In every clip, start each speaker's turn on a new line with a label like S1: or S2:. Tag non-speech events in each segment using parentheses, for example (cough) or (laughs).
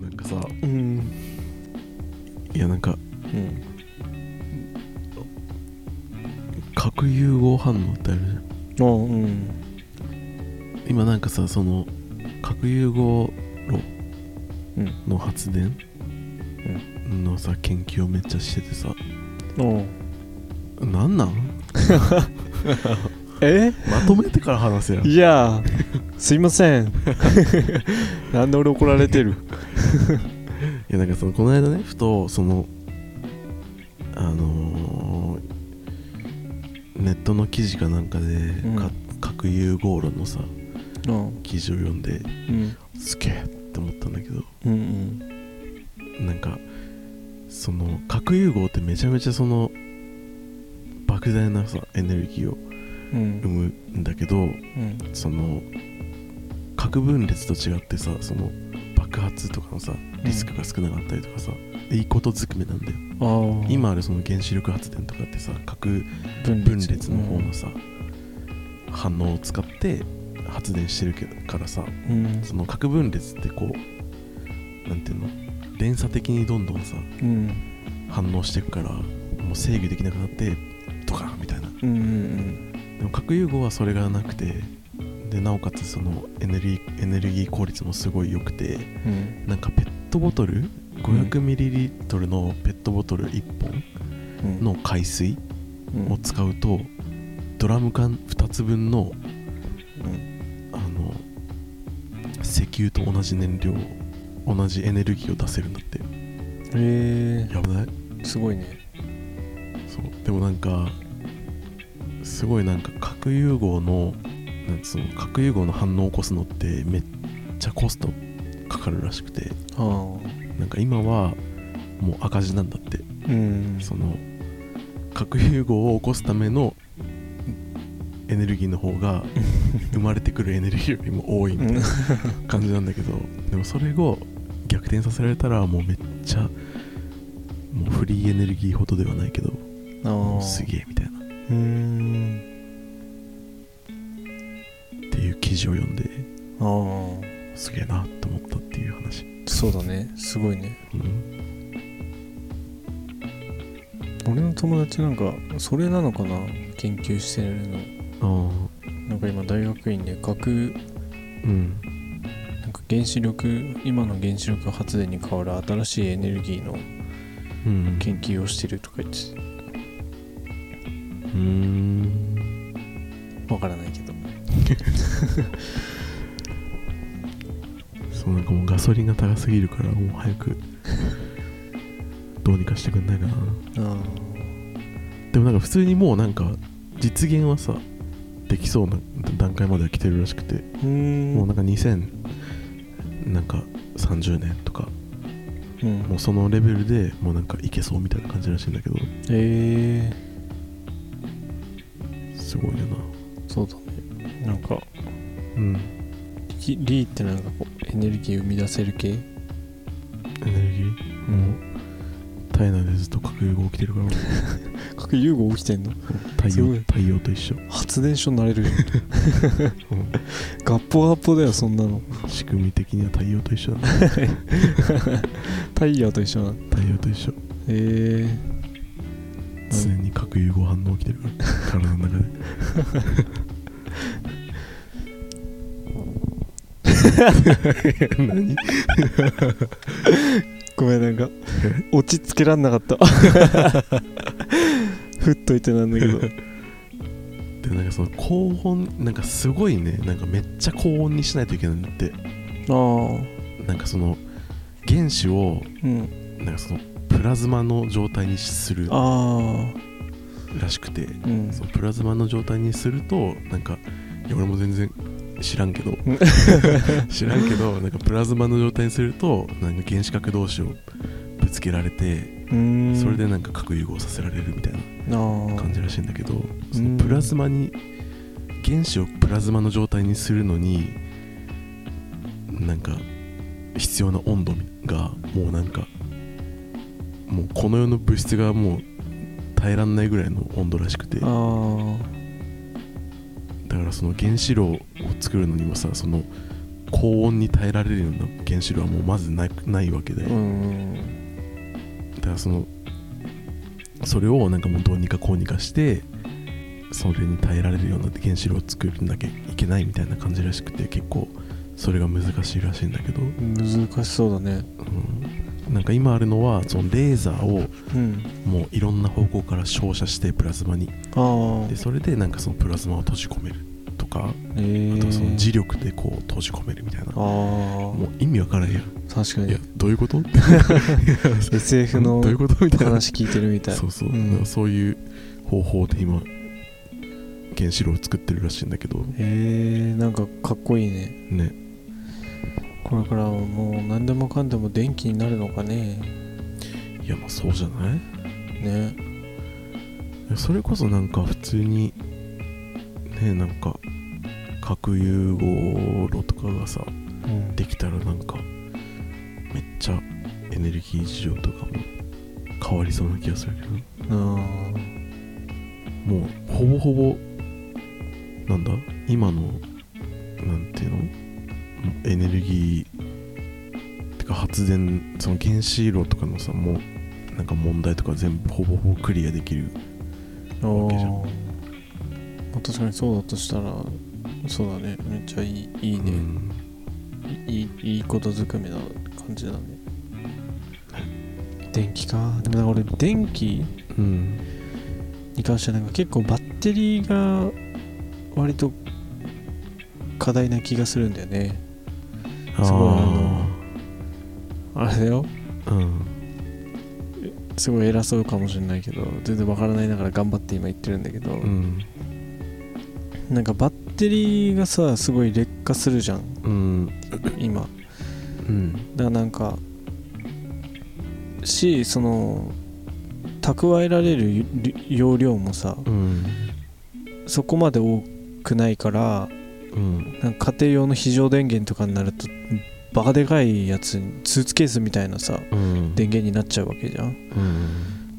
S1: なんかさ
S2: うん、
S1: いやなんか
S2: うん、
S1: 核融合反応ってあるじゃん
S2: あうん
S1: 今なんかさその核融合炉
S2: うん
S1: の発電のさ研究をめっちゃしててさ
S2: お
S1: なんなん
S2: え
S1: まとめてから話せや
S2: いやすいませんなんで俺怒られてる
S1: いやなんかそのこの間ねふとそのあのーネットの記事かなんかで、
S2: ん
S1: か核融合論のさ
S2: うん
S1: 記事を読んで
S2: うん
S1: すげえって思ったんだけど
S2: うん
S1: なんかその核融合ってめちゃめちゃその莫大なさエネルギーを
S2: うんうん
S1: 生むんだけど
S2: うん
S1: その核分裂と違ってさその爆発とかのさリスクが少なかったりとかさ、いいことずくめなんだよ
S2: あー
S1: 今あるその原子力発電とかってさ核
S2: 分
S1: 分裂の方のさ、反応を使って発電してるけどからさ
S2: うん
S1: その核分裂ってこうなんていうの連鎖的にどんどんさ
S2: うん
S1: 反応していくからもう制御できなくなってドカーンみたいな
S2: うんうん
S1: でも核融合はそれがなくてでなおかつそのエネルギーエネルギー効率もすごい良くて
S2: うん
S1: なんかペットボトル 500ml のペットボトル1本
S2: うん
S1: の海水
S2: うん
S1: を使うとドラム缶2つ分の
S2: うん
S1: あの石油と同じ燃料同じエネルギーを出せるんだって
S2: え
S1: やばない
S2: ー、すごいね
S1: そうでもなんかすごいなんか核融合のなんつうの核融合の反応を起こすのってめっちゃコストかかるらしくて
S2: あー
S1: なんか今はもう赤字なんだって
S2: うん
S1: その核融合を起こすためのエネルギーの方が (laughs) 生まれてくるエネルギーよりも多いみたいな感じなんだけどでもそれを逆転させられたらもうめっちゃもうフリーエネルギーほどではないけど
S2: あ
S1: もう
S2: ー
S1: すげえみたいなっ
S2: うん
S1: ていう記事を読んで
S2: ああ
S1: すげえなと思ったっていう話
S2: そうだねすごいね
S1: うん
S2: 俺の友達なんかそれなのかな研究してるの
S1: あ
S2: なんか今大学院で核
S1: あうん
S2: なんか原子力今の原子力発電に代わる新しいエネルギーの
S1: うん
S2: 研究をしてるとか言って
S1: うーん
S2: わからないけど
S1: そうなんかもうガソリンが高すぎるからもう早くどうにかしてくんないかな
S2: あ
S1: でもなんか普通にもうなんか実現はさできそうな段階までは来てるらしくて、
S2: うん
S1: もうなんか2000なんか30年とか
S2: うん
S1: もうそのレベルでもうなんかいけそうみたいな感じらしいんだけど
S2: ええ
S1: すごいよな
S2: そうだねなんか
S1: うん
S2: リリーってなんかこうエネルギー生み出せる系
S1: エネルギーもう体内でずっと核融合起きてるから俺
S2: 核融合起きてんの
S1: 太
S2: すご
S1: 陽
S2: い
S1: 太陽と一緒、
S2: 発電所になれ (laughs) るガッポガッポだよそんなの
S1: 仕組み的には太陽と一緒だな
S2: タイヤと一緒なの
S1: 太陽と一緒
S2: ええ
S1: 常に核融合反応起きてるから体の中
S2: (laughs)
S1: で
S2: (laughs) ごめん
S1: (laughs)
S2: なんか落ち着けらんなかったふっといてなんだ
S1: (laughs)
S2: けど
S1: でなんかその高温なんかすごいねなんかめっちゃ高温にしないといけないんだって
S2: ああ
S1: なんかその原子を
S2: うん
S1: なんかそのプラズマの状態にする
S2: あ
S1: らしくて
S2: あうん
S1: そのプラズマの状態にするとなんかいや俺も全然知らんけ
S2: (laughs)
S1: ど知らんけどなんかプラズマの状態にするとなんか原子核同士をぶつけられて
S2: うん
S1: それでなんか核融合させられるみたい
S2: あ
S1: な感
S2: ー
S1: じらしいんだけどそのプラズマに原子をプラズマの状態にするのになんか必要な温度がもうなんかもうこの世の物質がもう耐えらんないぐらいの温度らしくて
S2: あー
S1: だからその原子炉を作るのにもさその高温に耐えられるような原子炉はもうまずなないわけで、
S2: うん
S1: だからそのそれをなんかもうどうにかこうにかしてそれに耐えられるような原子炉を作らなきゃいけないみたいな感じらしくて結構それが難しいらしいんだけど、
S2: 難しそうだね
S1: うん、なんか今あるのはそのレーザーを
S2: うん
S1: もういろんな方向から照射してプラズマに
S2: ああ
S1: でそれでなんかそのプラズマを閉じ込めるとか
S2: えー
S1: あとはその磁力でこう閉じ込めるみたいな
S2: あ
S1: もう
S2: ー
S1: 意味わからんやん
S2: 確か
S1: い
S2: に
S1: やどういうこと
S2: SF の
S1: (laughs) どういうことみたいな
S2: 話聞いてるみたい
S1: そうそう、
S2: うん
S1: だからそういう方法で今原子炉を作ってるらしいんだけど
S2: へえなんかかっこいいね
S1: ね
S2: これからはもう何でもかんでも電気になるのかね
S1: いやまあそうじゃないい
S2: ね
S1: やそれこそなんか普通にねなんか核融合炉とかがさ
S2: うん
S1: できたらなんかめっちゃエネルギー事情とかも変わりそうな気がするけど
S2: あ
S1: もうほぼほぼなんだ今のなんていうのエネルギーてか発電その原子炉とかのさもうなんか問題とか全部ほぼほぼクリアできる
S2: あ
S1: わけじゃん
S2: まあ確かにそうだとしたらそうだねめっちゃいいいいね、
S1: うん
S2: いいいいことずくめな感じだね電気かでもなんか俺電気
S1: うん
S2: に関してはなんか結構バッテリーが割と課題な気がするんだよねすごい
S1: あ
S2: あれだよ
S1: ーうん
S2: すごい偉そうかもしれないけど全然わからないながら頑張って今言ってるんだけど、
S1: うん
S2: なんかバッテリーがさすごい劣化するじゃん
S1: うん
S2: 今だか
S1: うん
S2: らなんかしその蓄えられるゆ容量もさ
S1: うん
S2: そこまで多くないから
S1: うん
S2: なんか家庭用の非常電源とかになるとバカでかいやつにスーツケースみたいなさ
S1: うん
S2: 電源になっちゃうわけじゃん
S1: う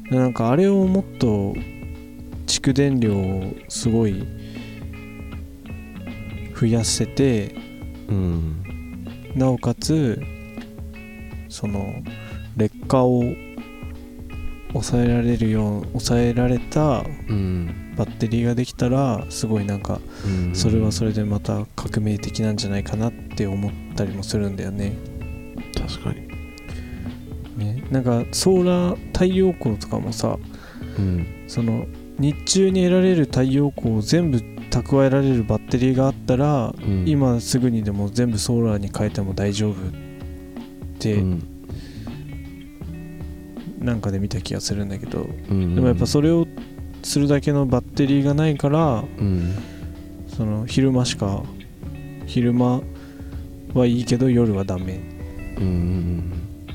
S1: ん
S2: でなんかあれをもっと蓄電量をすごい増やせて
S1: うん
S2: なおかつその劣化を抑えられるよう抑えられた
S1: うん
S2: バッテリーができたらすごいなんか
S1: うん
S2: それはそれでまた革命的なんじゃないかなって思ったりもするんだよね。
S1: 確かに
S2: ねなんかソーラー太陽光とかもさ
S1: うん
S2: その日中に得られる太陽光を全部蓄えられるバッテリーがあったら、
S1: うん
S2: 今すぐにでも全部ソーラーに変えても大丈夫って
S1: うん
S2: なんかで見た気がするんだけど、
S1: うん
S2: でもやっぱそれをするだけのバッテリーがないから
S1: うん
S2: その昼間しか昼間はいいけど夜はダメ
S1: うん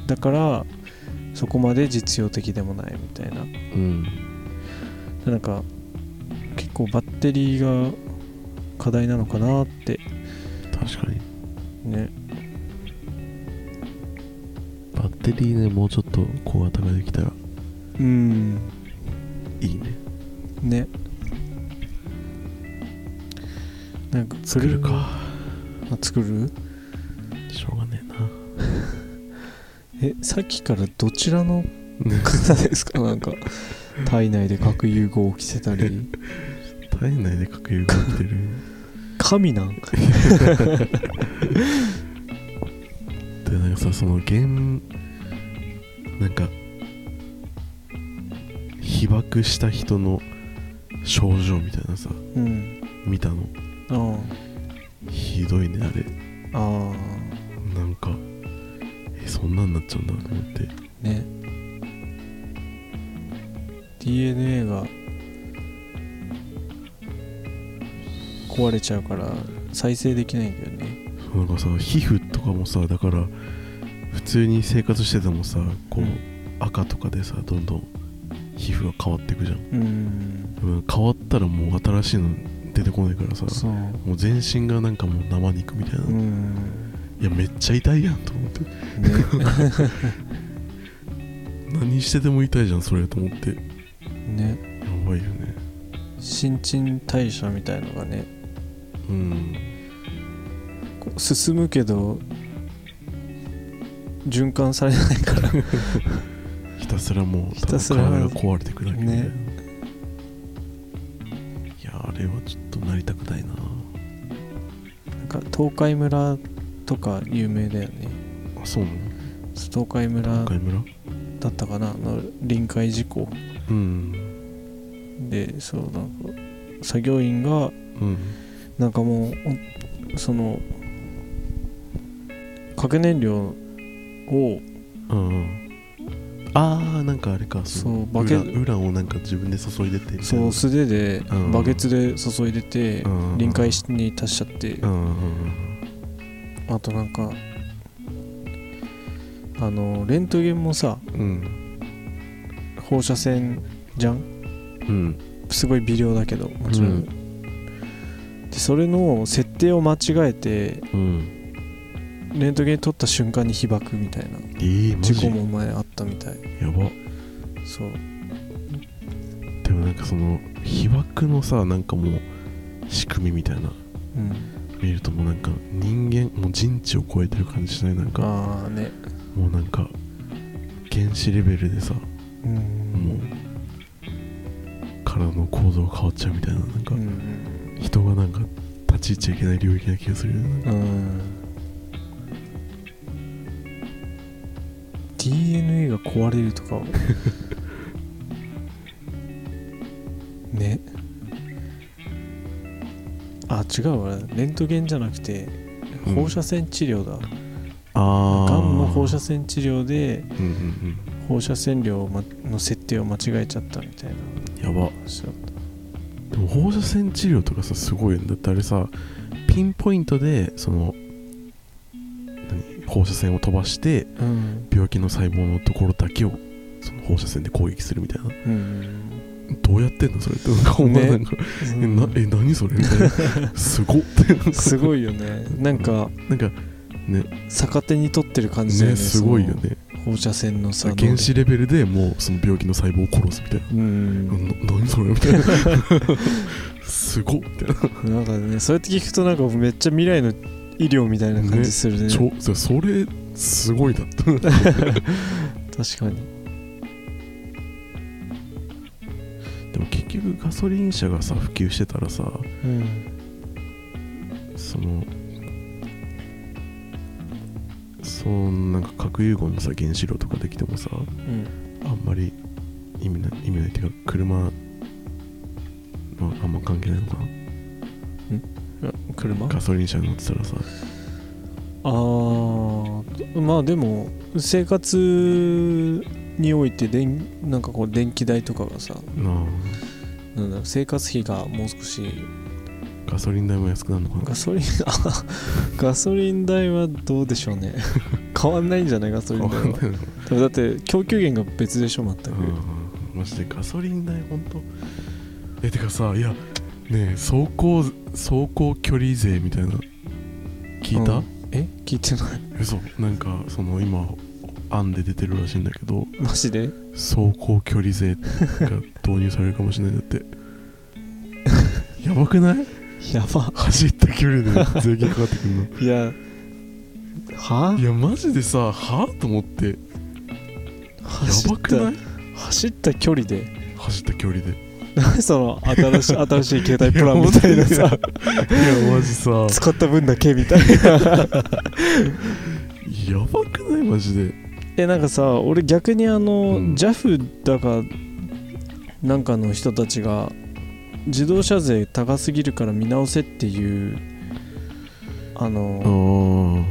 S2: だからそこまで実用的でもないみたいな
S1: うん
S2: なんか結構バッテリーが課題なのかなって
S1: 確かに
S2: ね
S1: バッテリーねもうちょっと小型ができたら
S2: うん
S1: いいね
S2: ねなんかそ
S1: 作
S2: れ
S1: るか
S2: あ作る
S1: しょうがね
S2: えさっきからどちらの
S1: えな (laughs)
S2: 方ですかなんか体内で核融合起きてたり
S1: 体内で核融合起きてる
S2: 神なん
S1: でなんかさその原なんか被爆した人の症状みたいなさ
S2: うん
S1: 見たの
S2: あー
S1: ひどいねあれ
S2: あ
S1: なんかえそんなんなっちゃうんだと思って
S2: ーね DNA が壊れちゃうから再生できないんだよね
S1: そうなんかさ皮膚とかもさだから普通に生活しててもさこう、
S2: うん
S1: 赤とかでさどんどん皮膚が変わっていくじゃん
S2: うん
S1: でも変わったらもう新しいの出てこないからさ
S2: そう
S1: もう全身がなんかもう生肉みたいな、
S2: う
S1: い
S2: ん
S1: やめっちゃ痛いやんと思って
S2: ね
S1: 何してても痛いじゃんそれと思ってや
S2: ね
S1: ばいよね
S2: 新陳代謝みたいのがね
S1: うん
S2: こう進むけど循環されないから
S1: ひたすらもう
S2: ひたすら
S1: ただ体が壊れていくだけみたいな、
S2: ね
S1: いやあれはちょっとなりたくないな
S2: なんか東海村とか有名だよね
S1: あそうなの
S2: 東海村
S1: 赤い村
S2: だったかなの臨海事故
S1: うん
S2: でそうなんか作業員が
S1: うん
S2: なんかもうほんその核燃料を
S1: うんああなんかあれか
S2: そ
S1: の
S2: うバケ
S1: ウランウランをなんか自分で注いでてみたいな
S2: そう素手で
S1: うん
S2: バケツで注いでて
S1: うん
S2: 臨界室に達しちゃって
S1: うんうんうん
S2: あとなんかあのレントゲンもさ
S1: うん
S2: 放射線じゃん
S1: うん
S2: すごい微量だけどもちろん、
S1: う
S2: でそれの設定を間違えて
S1: うん
S2: レントゲン取った瞬間に被爆みたいな
S1: えー、マ
S2: 事
S1: ジ
S2: 故も前あったみたい
S1: やば
S2: そう
S1: でもなんかその被爆のさなんかもう仕組みみたいな
S2: うん
S1: 見るともうなんか人間もう人知を超えてる感じしないなんか
S2: ああね
S1: もうなんか原子レベルでさ
S2: う
S1: もうん体の構造が変わっちゃうみたいななんか
S2: うん
S1: 人がなんか立ち入っちゃいけない領域な気がするよねなんか
S2: うん DNA が壊れるとか (laughs) はねあ違うわレントゲンじゃなくて
S1: うん
S2: 放射線治療だ、
S1: ああ
S2: がんの放射線治療で
S1: うんうん
S2: 放射線量をまの設定を間違えちゃったみたいな
S1: うんやば
S2: 話だった
S1: でも放射線治療とかさすごいよねだってあれさピンポイントでその何放射線を飛ばして
S2: うん
S1: 病気の細胞のところだけをその放射線で攻撃するみたいな
S2: うん
S1: どうやってんのそれってなんか
S2: (laughs)
S1: お前なんか、えなえ何それみたいなすごっって
S2: すごいよねなんか
S1: なんか
S2: 逆手に取ってる感じだよ
S1: ね
S2: ね
S1: すごいよね
S2: その放射線のさ
S1: 原子レベルでもうその病気の細胞を殺すみたいな
S2: うん
S1: な
S2: (laughs)
S1: 何それみたいなすごっみたいな
S2: なんかねそうやって聞くとなんかめっちゃ未来の医療みたいな感じするね
S1: ちょそそれすごいだった
S2: 確かに
S1: でも結局ガソリン車がさ普及してたらさ
S2: うん
S1: そのそのなんか核融合のさ原子炉とかできてもさ
S2: うん
S1: あんまり意味ない意味ないっていうか車はあんま関係ないのかな
S2: 車あ
S1: ガソリン車に乗ってたらさ
S2: あーまあでも生活において電なんかこう電気代とかがさ
S1: な
S2: なんだろう生活費がもう少し
S1: あガソリン代も安くなるのかな
S2: ガソリン (laughs) あガソリン代はどうでしょ
S1: (laughs)
S2: うね変わんないんじゃないガソリン代は
S1: 変わんないの
S2: でもだって供給源が別でしょ全く、
S1: うんマジでガソリン代ほんとえてかさいやねえ走行走行距離税みたいな聞いた、
S2: うんえ聞いてない
S1: 嘘なんかその今案で出てるらしいんだけど
S2: マジで
S1: 走行距離税が導入されるかもしれないんだって (laughs) やばくない
S2: やば
S1: 走った距離で税金かかってくるの (laughs)
S2: いやはい
S1: やマジでさはあと思ってや
S2: 走
S1: ば
S2: っ
S1: くな
S2: た
S1: い
S2: 走った距離で (laughs)
S1: 走った距離でい
S2: その新しい新しい携帯プランみたいな
S1: や
S2: さ
S1: やマジさ
S2: 使った分だけみたいな
S1: (laughs) やばくないマジで
S2: えなんかさ俺逆にあの、
S1: うん
S2: JAF だかなんかの人たちが自動車税高すぎるから見直せっていうあの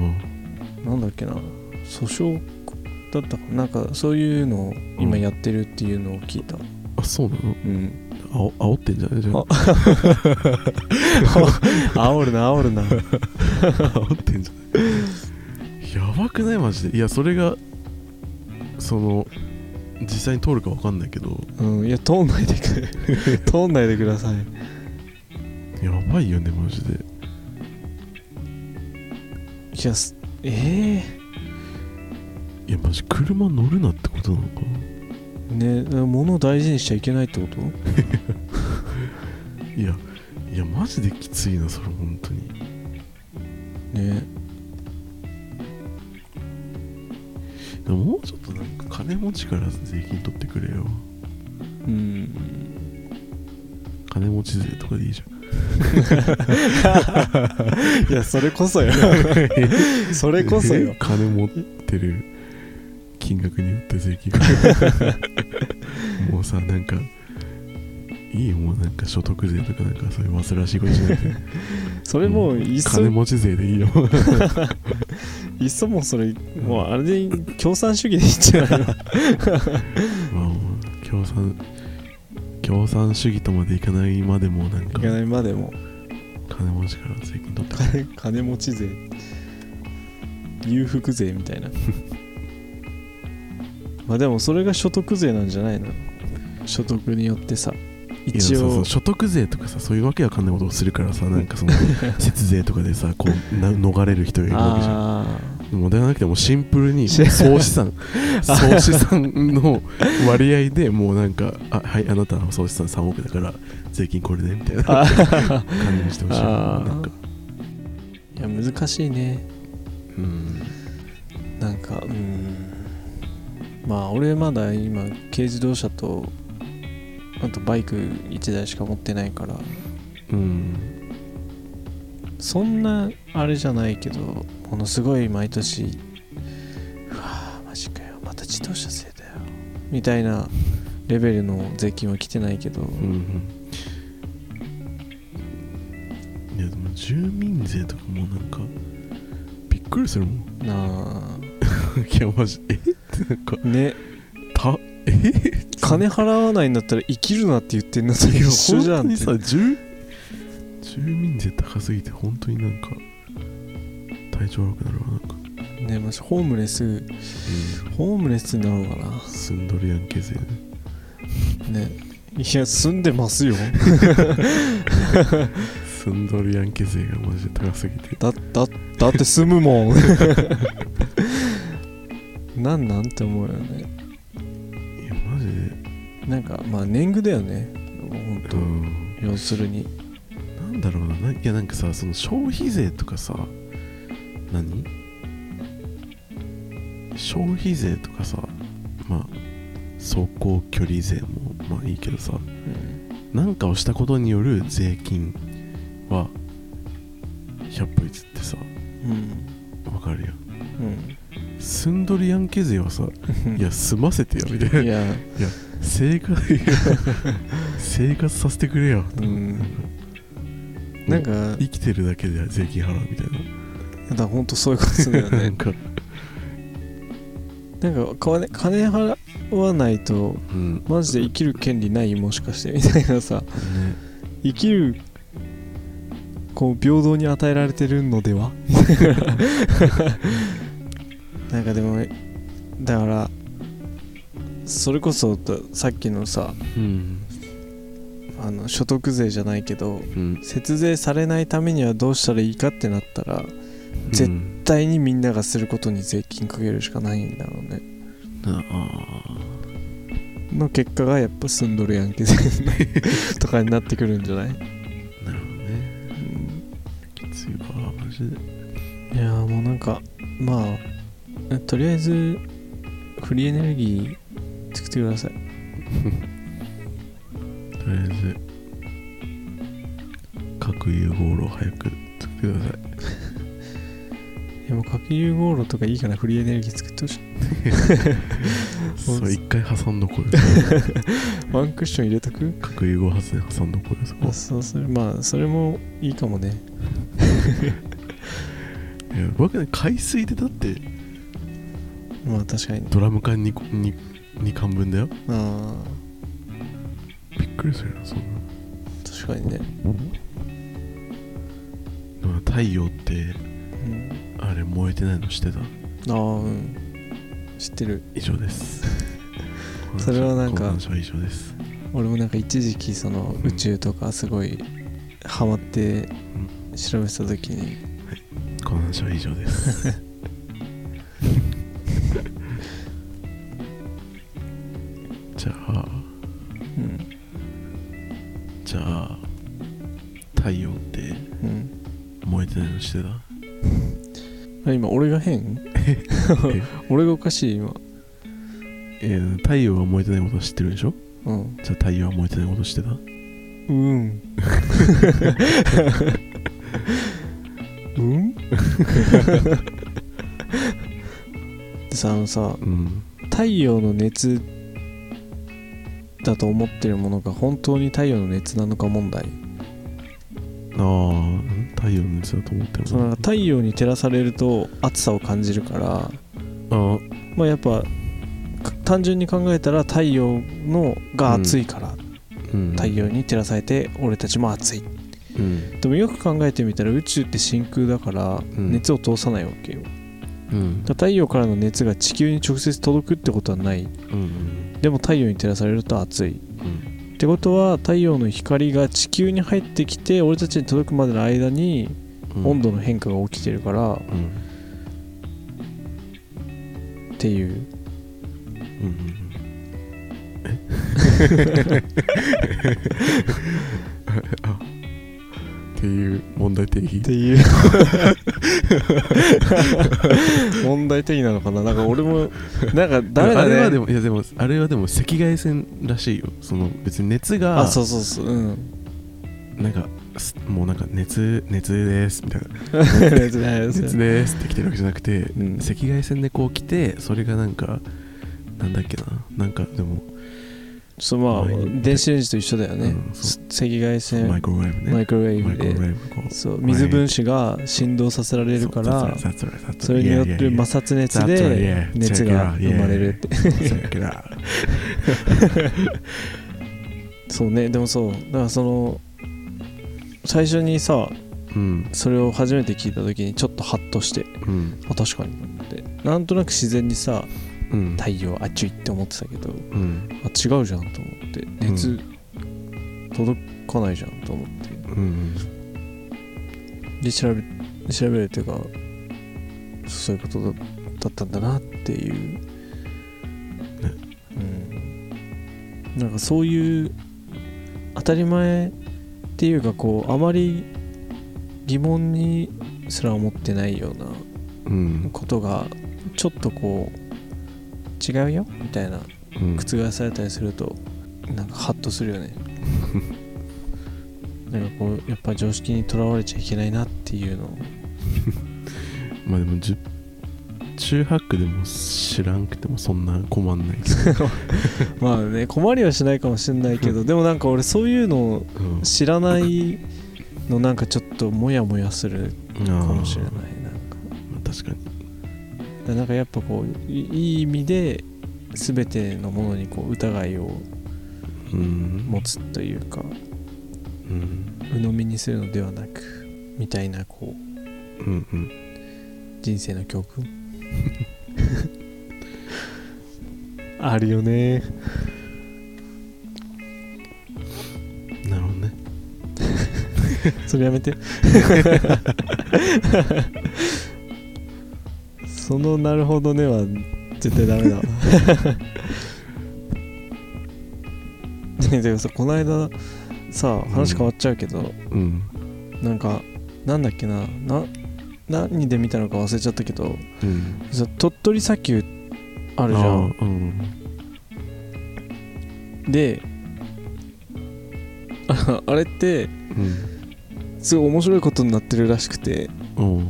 S1: ああ
S2: なんだっけな訴訟だったかななんかそういうのを今やってるっていうのを聞いた、
S1: あそうなの
S2: うん、
S1: あお煽ってんじゃないじゃん
S2: あ煽るな煽るな
S1: 煽ってんじゃないやばくないマジでいやそれがその実際に通るか分かんないけど
S2: うんいや通んないでく (laughs) れ通んないでください
S1: やばいよねマジで
S2: いやすえ
S1: いやマジ車乗るなってことなのか
S2: えね物を大事にしちゃいけないってこと
S1: ないやいやマジできついなそれ本当に
S2: ね
S1: でももうちょっとなんか金持ちから税金取ってくれよ (laughs)
S2: うん
S1: 金持ち税とかでいいじゃん
S2: いやそれ
S1: (laughs)
S2: こそよ (laughs) それこそよ
S1: 金持ってる金額によって税
S2: (laughs)
S1: 金がもうさなんかいいよもうなんか所得税とかなんかそういう煩わしいことじゃないで
S2: それもういっそ
S1: 金持ち税でいいよ
S2: いっそもうそれもうあれでいい共産主義でいいんじゃないの
S1: まあもう共産共産主義とまでいかないまでもなんか
S2: いかないまでも
S1: 金持ちから税金取ってくれ
S2: 金金持ち税裕福税みた
S1: (laughs)
S2: いなまあでもそれが所得税なんじゃないの所得によってさ一
S1: いやそうそ
S2: 応
S1: う所得税とかさそういうわけわかんないことをするからさなんか
S2: (laughs)
S1: その節税とかでさこうな逃れる人がいるわけじゃん
S2: あ
S1: もうではなくてもうシンプルに
S2: し
S1: 総資
S2: (laughs)
S1: 産総資産の割合でもうなんかあはいあなたの総資産3億だから税金これねみたいな (laughs)
S2: あ
S1: 感
S2: ー
S1: じにしてほしい
S2: あー
S1: なんか
S2: いや難しいね
S1: うん
S2: なんかうんまあ俺まだ今軽自動車とあとバイク1台しか持ってないから
S1: うん
S2: そんなあれじゃないけどものすごい毎年うわーマジかよまた自動車税だよみたいなレベルの税金は来てないけど、
S1: うんうんいやでも住民税とかもなんかびっくりするもん (laughs)
S2: ない
S1: やマジえってなんか
S2: あね
S1: たえ
S2: 金払わないんだったら生きるなって言ってんのと
S1: いや
S2: 一緒
S1: 本
S2: じゃ
S1: 当
S2: ん
S1: に
S2: って
S1: さ住住民税高すぎて本当になんか体調悪くなるわなんか、
S2: ねマジホームレスホームレスになろうか
S1: 住んどるやんけ税ね
S2: なねいや住んでますよ
S1: 住んどるやんけ税がマジで高すぎて
S2: だだだって住むもん (laughs) なんなんって思うよね
S1: いやマジで
S2: なんかまあ年貢だよね本
S1: う
S2: 当
S1: ん
S2: 要するに
S1: なんだろうなないやなんかさその消費税とかさ何消費税とかさまあ走行距離税もまあいいけどさ
S2: うん
S1: なんかをしたことによる税金は百歩譲ってさわかるやん
S2: うん
S1: 住んどるヤンケ税はさ
S2: うん
S1: いや住ませてよみたい
S2: い
S1: な
S2: や
S1: 生
S2: (laughs)
S1: 活いや生活させてくれよ
S2: うんなんか
S1: 生きてるだけで税金払うみたい
S2: だから本当そういうことするよ
S1: な、な
S2: ね
S1: んか、
S2: なんか金金払わないと
S1: うんね、
S2: マジで生きる権利ないもしかしてみたいなさ生きるこう平等に与えられてるのでは (laughs) なんかでもだからそれこそださっきのさ
S1: うん
S2: あの所得税じゃないけど
S1: うん
S2: 節税されないためにはどうしたらいいかってなったら絶
S1: う
S2: 絶
S1: ん
S2: 対にみんながすることに税金かけるしかないんだろうね
S1: ああ
S2: の結果がやっぱ住んどるやんけ (laughs) とかになってくるんじゃない、
S1: ーなるほどねきついわマジで
S2: いやーもうなんかまあえとりあえずフリーエネルギー作ってください
S1: とりあえず核融合炉を早く作ってください
S2: いやもう核融合炉とかいいからフリーエネルギー作ってほしい
S1: そう一回挟んどこうよ
S2: ワンクッション入れとく
S1: 核融合発電挟んどこうよそこ
S2: あそうそれまあそれもいいかもね
S1: いや僕ね海水でだって
S2: まあ確かに
S1: ドラム缶 2, 2, 2缶分だよ
S2: ああ
S1: びっくくりするなそんな
S2: 確かにね、
S1: でも太陽って
S2: うん、
S1: あれ燃えてないのしてた
S2: ああうん知ってる
S1: 以上です
S2: それはなんか
S1: この話は以上です
S2: 俺もなんか一時期その
S1: うん
S2: 宇宙とかすごいハマって
S1: ん
S2: 調べてた時に
S1: この話は以上ですじゃあ
S2: うん
S1: じゃあ太陽って
S2: うん
S1: 燃えてないのしてた
S2: あ今俺が変 (laughs) 俺がおかしい今
S1: えー太陽が燃えてないことは知ってるでしょ
S2: うん
S1: じゃあ太陽は燃えてないことしてた
S2: うんうんでさあのさ
S1: うん
S2: 太陽の熱だと思ってるものが本当に太陽の熱なのか問題
S1: ああ太陽の熱だと思ってる
S2: そのなんか太陽に照らされると暑さを感じるから
S1: あ
S2: まあやっぱか単純に考えたら太陽のが暑いから、
S1: うん
S2: 太陽に照らされて俺たちも暑い
S1: うん
S2: でもよく考えてみたら宇宙って真空だから
S1: ん
S2: 熱を通さないわけよ、だか
S1: うん
S2: ら太陽からの熱が地球に直接届くってことはない
S1: うん
S2: でも太陽に照らされると暑い
S1: うん
S2: ってことは太陽の光が地球に入ってきて俺たちに届くまでの間に
S1: うん
S2: 温度の変化が起きてるからっ
S1: うん
S2: ていう
S1: うんうんえあっていう問題定義
S2: っていう問題的なのかななんか俺もなんかダメだ
S1: あれはで
S2: ね
S1: もいやでもあれはでも赤外線らしいよその別に熱
S2: あ
S1: が
S2: そうそうそううん
S1: (laughs) なんかすもうなんか熱熱ですみたいな
S2: 大丈夫大丈
S1: 熱
S2: 夫
S1: ですって来てるわけじゃなくて、
S2: うん
S1: 赤外線でこう来てそれがなんかなんだっけななんかでも
S2: そうまあ電子レンジと一緒だよね、
S1: うん
S2: 赤
S1: そ
S2: 外
S1: マ
S2: 線マ
S1: イ
S2: イ
S1: クロウェーブね
S2: クロウェ
S1: マイ
S2: ー
S1: クロウ
S2: ブで
S1: ェーブこう
S2: そう水分子が振動させられるから
S1: そう that's right, that's right, that's right.
S2: それによっ
S1: Yeah,
S2: て
S1: yeah, yeah.
S2: 摩擦熱
S1: That's right,
S2: で
S1: yeah.
S2: 熱が生まれるって
S1: Check it out.
S2: そうねでもそうだからその最初にさ
S1: うん
S2: それを初めて聞いた時にちょっとハッとして
S1: うん
S2: あ確かにと思ってなんとなく自然にさ
S1: うん
S2: 太陽あっちいって思ってたけど
S1: うん
S2: あ違うじゃんと思って熱、届かないじゃんと思って
S1: うん
S2: で調べ調べるというかそういうことだだったんだなっていう、うん、なんかそういう当たり前っていうかこうあまり疑問にすら思ってないような
S1: うん
S2: ことがちょっとこう違うよみたいな (laughs)
S1: うん
S2: 覆されたりするとなんかハッとするよねなんかこうやっぱ常識にとらわれちゃいけないなっていうのを
S1: まあでもじゅ中学でも知らんくてもそんな困んないけ
S2: (laughs) まあね困りはしないかもしれないけどでもなんか俺そういうのを
S1: ど、うん、
S2: 知らないのなんかちょっとモヤモヤする
S1: あ
S2: か
S1: ー
S2: もしれないなんか
S1: まあ確かに
S2: だからなんかやっぱこういいい意味で全てのものにこう疑いを
S1: うん
S2: 持つというか
S1: うん
S2: 鵜呑みにするのではなくみたいなこう
S1: うんうん
S2: 人生の教訓 (laughs) あるよね
S1: なるほどね
S2: それやめて (laughs) その「なるほどね」は絶対ダメだわ (laughs) ねでもさこの間さ話変わっちゃうけど、
S1: うん
S2: なんかなんだっけなな何で見たのか忘れちゃったけど
S1: うん
S2: さ鳥取砂丘あ
S1: あ
S2: るじゃん
S1: ーうん
S2: でああれって
S1: うん
S2: すごい面白いことになってるらしくて
S1: おう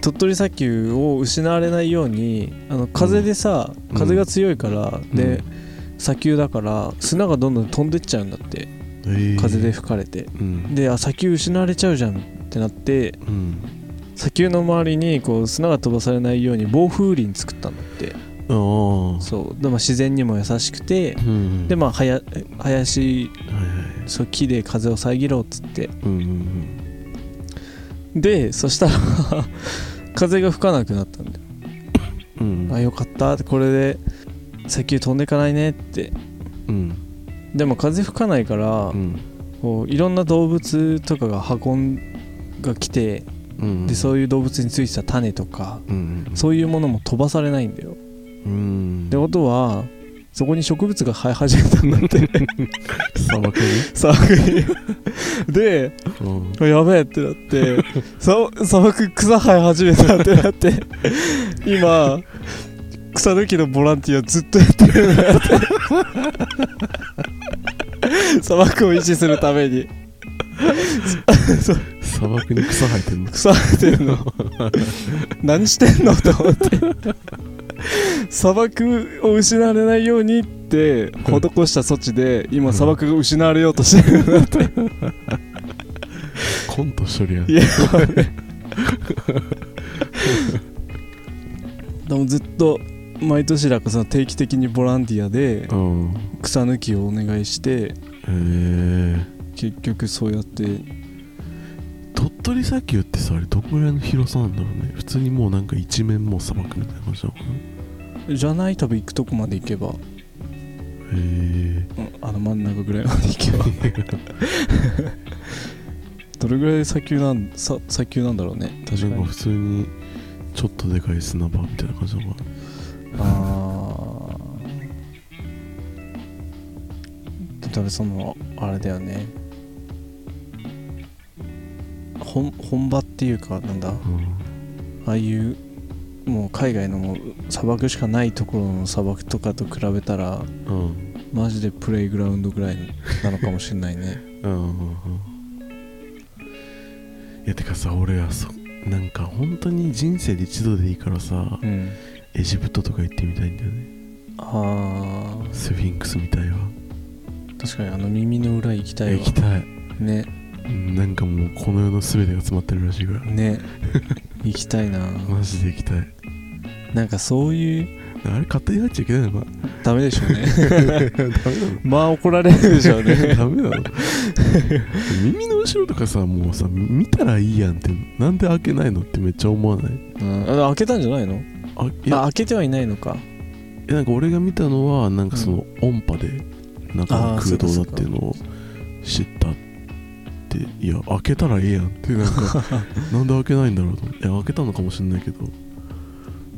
S2: 鳥取砂丘を失われないようにあの風でさ、
S1: うん
S2: 風が強いから、
S1: ん
S2: で砂丘だから砂がどんどん飛んでっちゃうんだって
S1: えー
S2: 風で吹かれて、
S1: うん
S2: であ砂丘失われちゃうじゃんってなって
S1: うん
S2: 砂丘の周りにこう砂が飛ばされないように防風林作ったんだって
S1: ああ
S2: そうでも自然にも優しくて
S1: うんうん
S2: でまあはや林
S1: はいはい
S2: そう木で風を遮ろうっつって
S1: うんうん
S2: でそしたら (laughs) 風が吹かなくなったんだよ、
S1: うん
S2: あよかったこれで石油飛んでかないねって
S1: うん
S2: でも風吹かないから、
S1: うん
S2: こういろんな動物とかが運んが来て
S1: うん
S2: でそうういう動物についてた種とか
S1: うんうん
S2: そういうものも飛ばされないんだよ
S1: うん
S2: ってことはそこに植物が生え始めたんだって
S1: (laughs) 砂漠に
S2: 砂漠にで
S1: うん
S2: やべえってなってさ砂漠草生え始めたってなって今草抜きのボランティアずっとやって (laughs) る
S1: (laughs)
S2: んだって砂漠を維持するために
S1: 砂漠に草生えてんの
S2: 草生えてるの何してんのと思って砂漠を失われないようにって施した措置で今砂漠が失われようとしてるんだって
S1: コントしとるやん
S2: いやこれでもずっと毎年だからその定期的にボランティアで
S1: うん
S2: 草抜きをお願いし
S1: へ
S2: て
S1: え
S2: 結局そうやって
S1: 鳥取砂丘ってさあれどこぐらいの広さなんだろうね普通にもうなんか一面もう砂漠みたいな感じなのかなへ
S2: じゃない多分行くとこまで行けば、
S1: え
S2: うんあの真ん中ぐらいまで行けばどれぐらい砂丘なんさ砂丘なんだろうね確か
S1: なんか
S2: に
S1: 普通にちょっとでかい砂場みたいな感じなのかな
S2: ああ多分そのあれだよね本本場っていうかなんだああいうもう海外のもう砂漠しかないところの砂漠とかと比べたら
S1: うんうん
S2: マジでプレイグラウンドぐらいなのかもしれない
S1: (laughs)
S2: ね
S1: うんうんうんいやてかさ俺はそなんか本当に人生で一度でいいからさ
S2: うん
S1: エジプトとか行ってみたいんだよね
S2: あー
S1: スフィンクスみたいわ
S2: 確かにあの耳の裏行きたいわ
S1: 行きたい
S2: ね
S1: うんなんかもうこの世の全てが詰まってるらしいから
S2: ね行きたいな
S1: マジで行きたい
S2: なんかそういう
S1: あれ勝手に入っちゃいけないのか
S2: ダメでしょうね
S1: ダメなの
S2: まあ怒られるでしょうね。
S1: ダメなの耳の後ろとかさもうさ見たらいいやんってなんで開けないのってめっちゃ思わない
S2: (laughs) うん、あ開けたんじゃないの
S1: あい
S2: あ
S1: や
S2: 開けてはいないのか。
S1: いやなんか俺が見たのはなんかその音波で中が空洞だっていうのを知ったっていや開けたらええやんってなんか (laughs) なんで開けないんだろうと思っていや開けたのかもしれないけど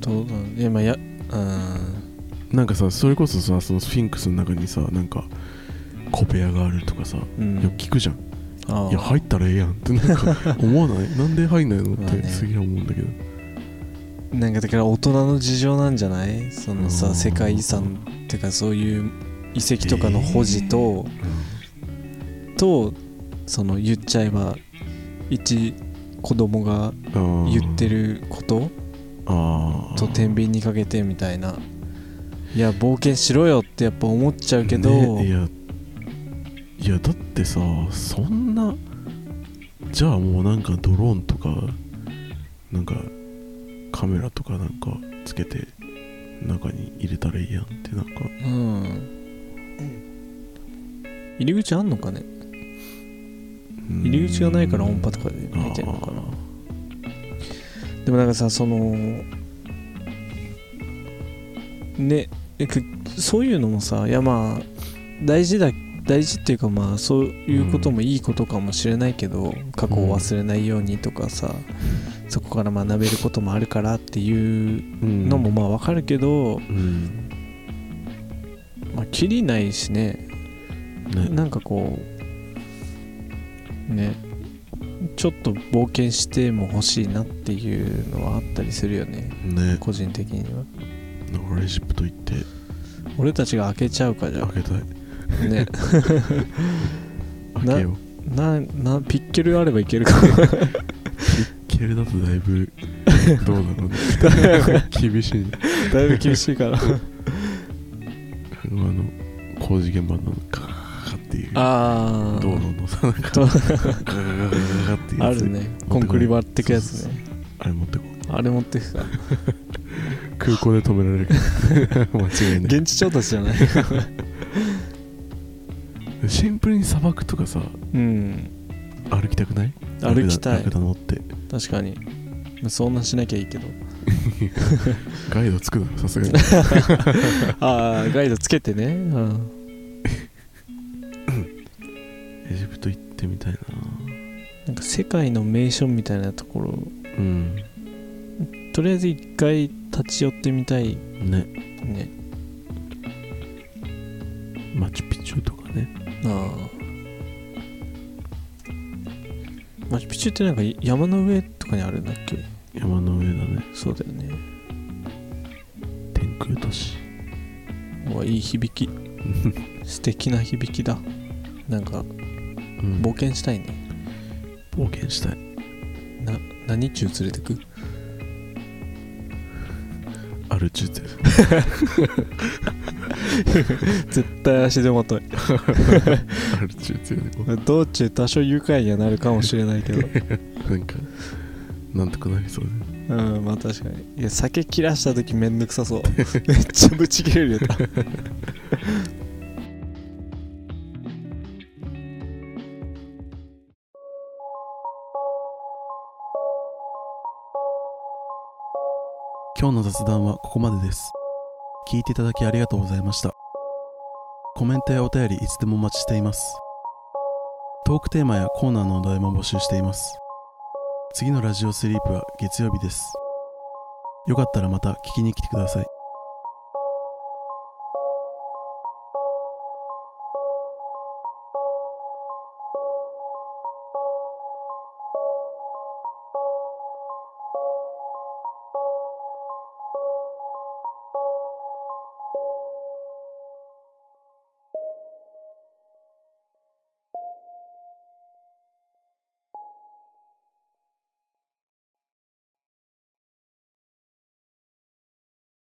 S2: どうだいや、まあ、や、うん。
S1: なんかさそれこそさそのスフィンクスの中にさなんか小部屋があるとかさ、
S2: うん、
S1: よく聞くじゃん
S2: あ
S1: いや入ったらええやんってなんか思
S2: (laughs)
S1: わないなんで入んないの
S2: ま
S1: っ
S2: あね
S1: てすげえ思うんだけど、
S2: なんかだから大人の事情なんじゃないその
S1: う
S2: さ、
S1: ん
S2: 世界遺産っていうかそういう遺跡とかの保持と、と、その言っちゃえば、一子供が
S1: うん
S2: 言ってること
S1: あー
S2: と天秤にかけてみたいな。いや、冒険しろよってやっぱ思っちゃうけど、
S1: ねいやいやだってさそんなじゃあもうなんかドローンとかなんかカメラとかなんかつけて中に入れたらいいやんってなんか
S2: うん入り口あんのかね
S1: うん
S2: 入り口がないから音波とかで見てるのかなでもなんかさそのねえくそういうのもさいやまあ大事だ大事っていうかまあそういうこともいいことかもしれないけど、過去を忘れないようにとかさ、そこから学べることもあるからっていう
S1: うん
S2: のもまあわかるけど、
S1: うん
S2: まあ、きりないしね
S1: ね
S2: なんかこうねちょっと冒険しても欲しいなっていうのはあったりするよね
S1: ね
S2: 個人的には
S1: なんかエジプト行って
S2: 俺たちが開けちゃうかじゃ
S1: 開けたい
S2: (laughs) あね
S1: 開けよう
S2: ななピッケルあればいけるか (laughs)
S1: ケールだとだいぶどうなのね厳しいね
S2: だいぶ厳しい (laughs) から
S1: あの工事現場のガーッっていう
S2: あ
S1: 道路のさなんか
S2: どう
S1: ガーガーっていうや
S2: あ
S1: つ
S2: るね
S1: 持
S2: コ
S1: ってこい
S2: ンクリ割ってくやつね
S1: あれ持ってこ
S2: あれ持ってくか
S1: 空港で止められるから間違いない
S2: (laughs) 現地調達じゃない
S1: シンプルに砂漠とかさ
S2: (laughs) うん
S1: 歩きたくない
S2: 歩きた
S1: ラ
S2: い
S1: クダラクダ乗って
S2: 確かに遭難しなきゃいい (laughs) けど
S1: ガイドつくだろさすがに
S2: ああガイドつけてねうん
S1: エジプト行ってみたいな
S2: なんか世界の名所みたいなところ
S1: うん
S2: とりあえず一回立ち寄ってみたい
S1: ね
S2: ね
S1: マチュピチュとかね
S2: ああマチュピチュってなんか山の上とかにあるんだっけ
S1: 山の上だね
S2: そうだよね
S1: 天空都市
S2: うわいい響き素敵な響きだなんか
S1: うん
S2: 冒険したいね
S1: 冒険したい
S2: 何中連れてく
S1: アルチューゼ
S2: 絶対足手まとい
S1: アルチューゼでこ
S2: 道中多少愉快にはなるかもしれないけ (laughs) ど
S1: うなんかなんとかなりそうで
S2: うんまあ確かにいや酒切らした時めんどくさそうめっちゃブチ切れるよ多分
S1: 今日の雑談はここまでです聞いていただきありがとうございましたコメントやお便りいつでもお待ちしていますトークテーマやコーナーのお題も募集しています次のラジオスリープは月曜日ですよかったらまた聞きに来てください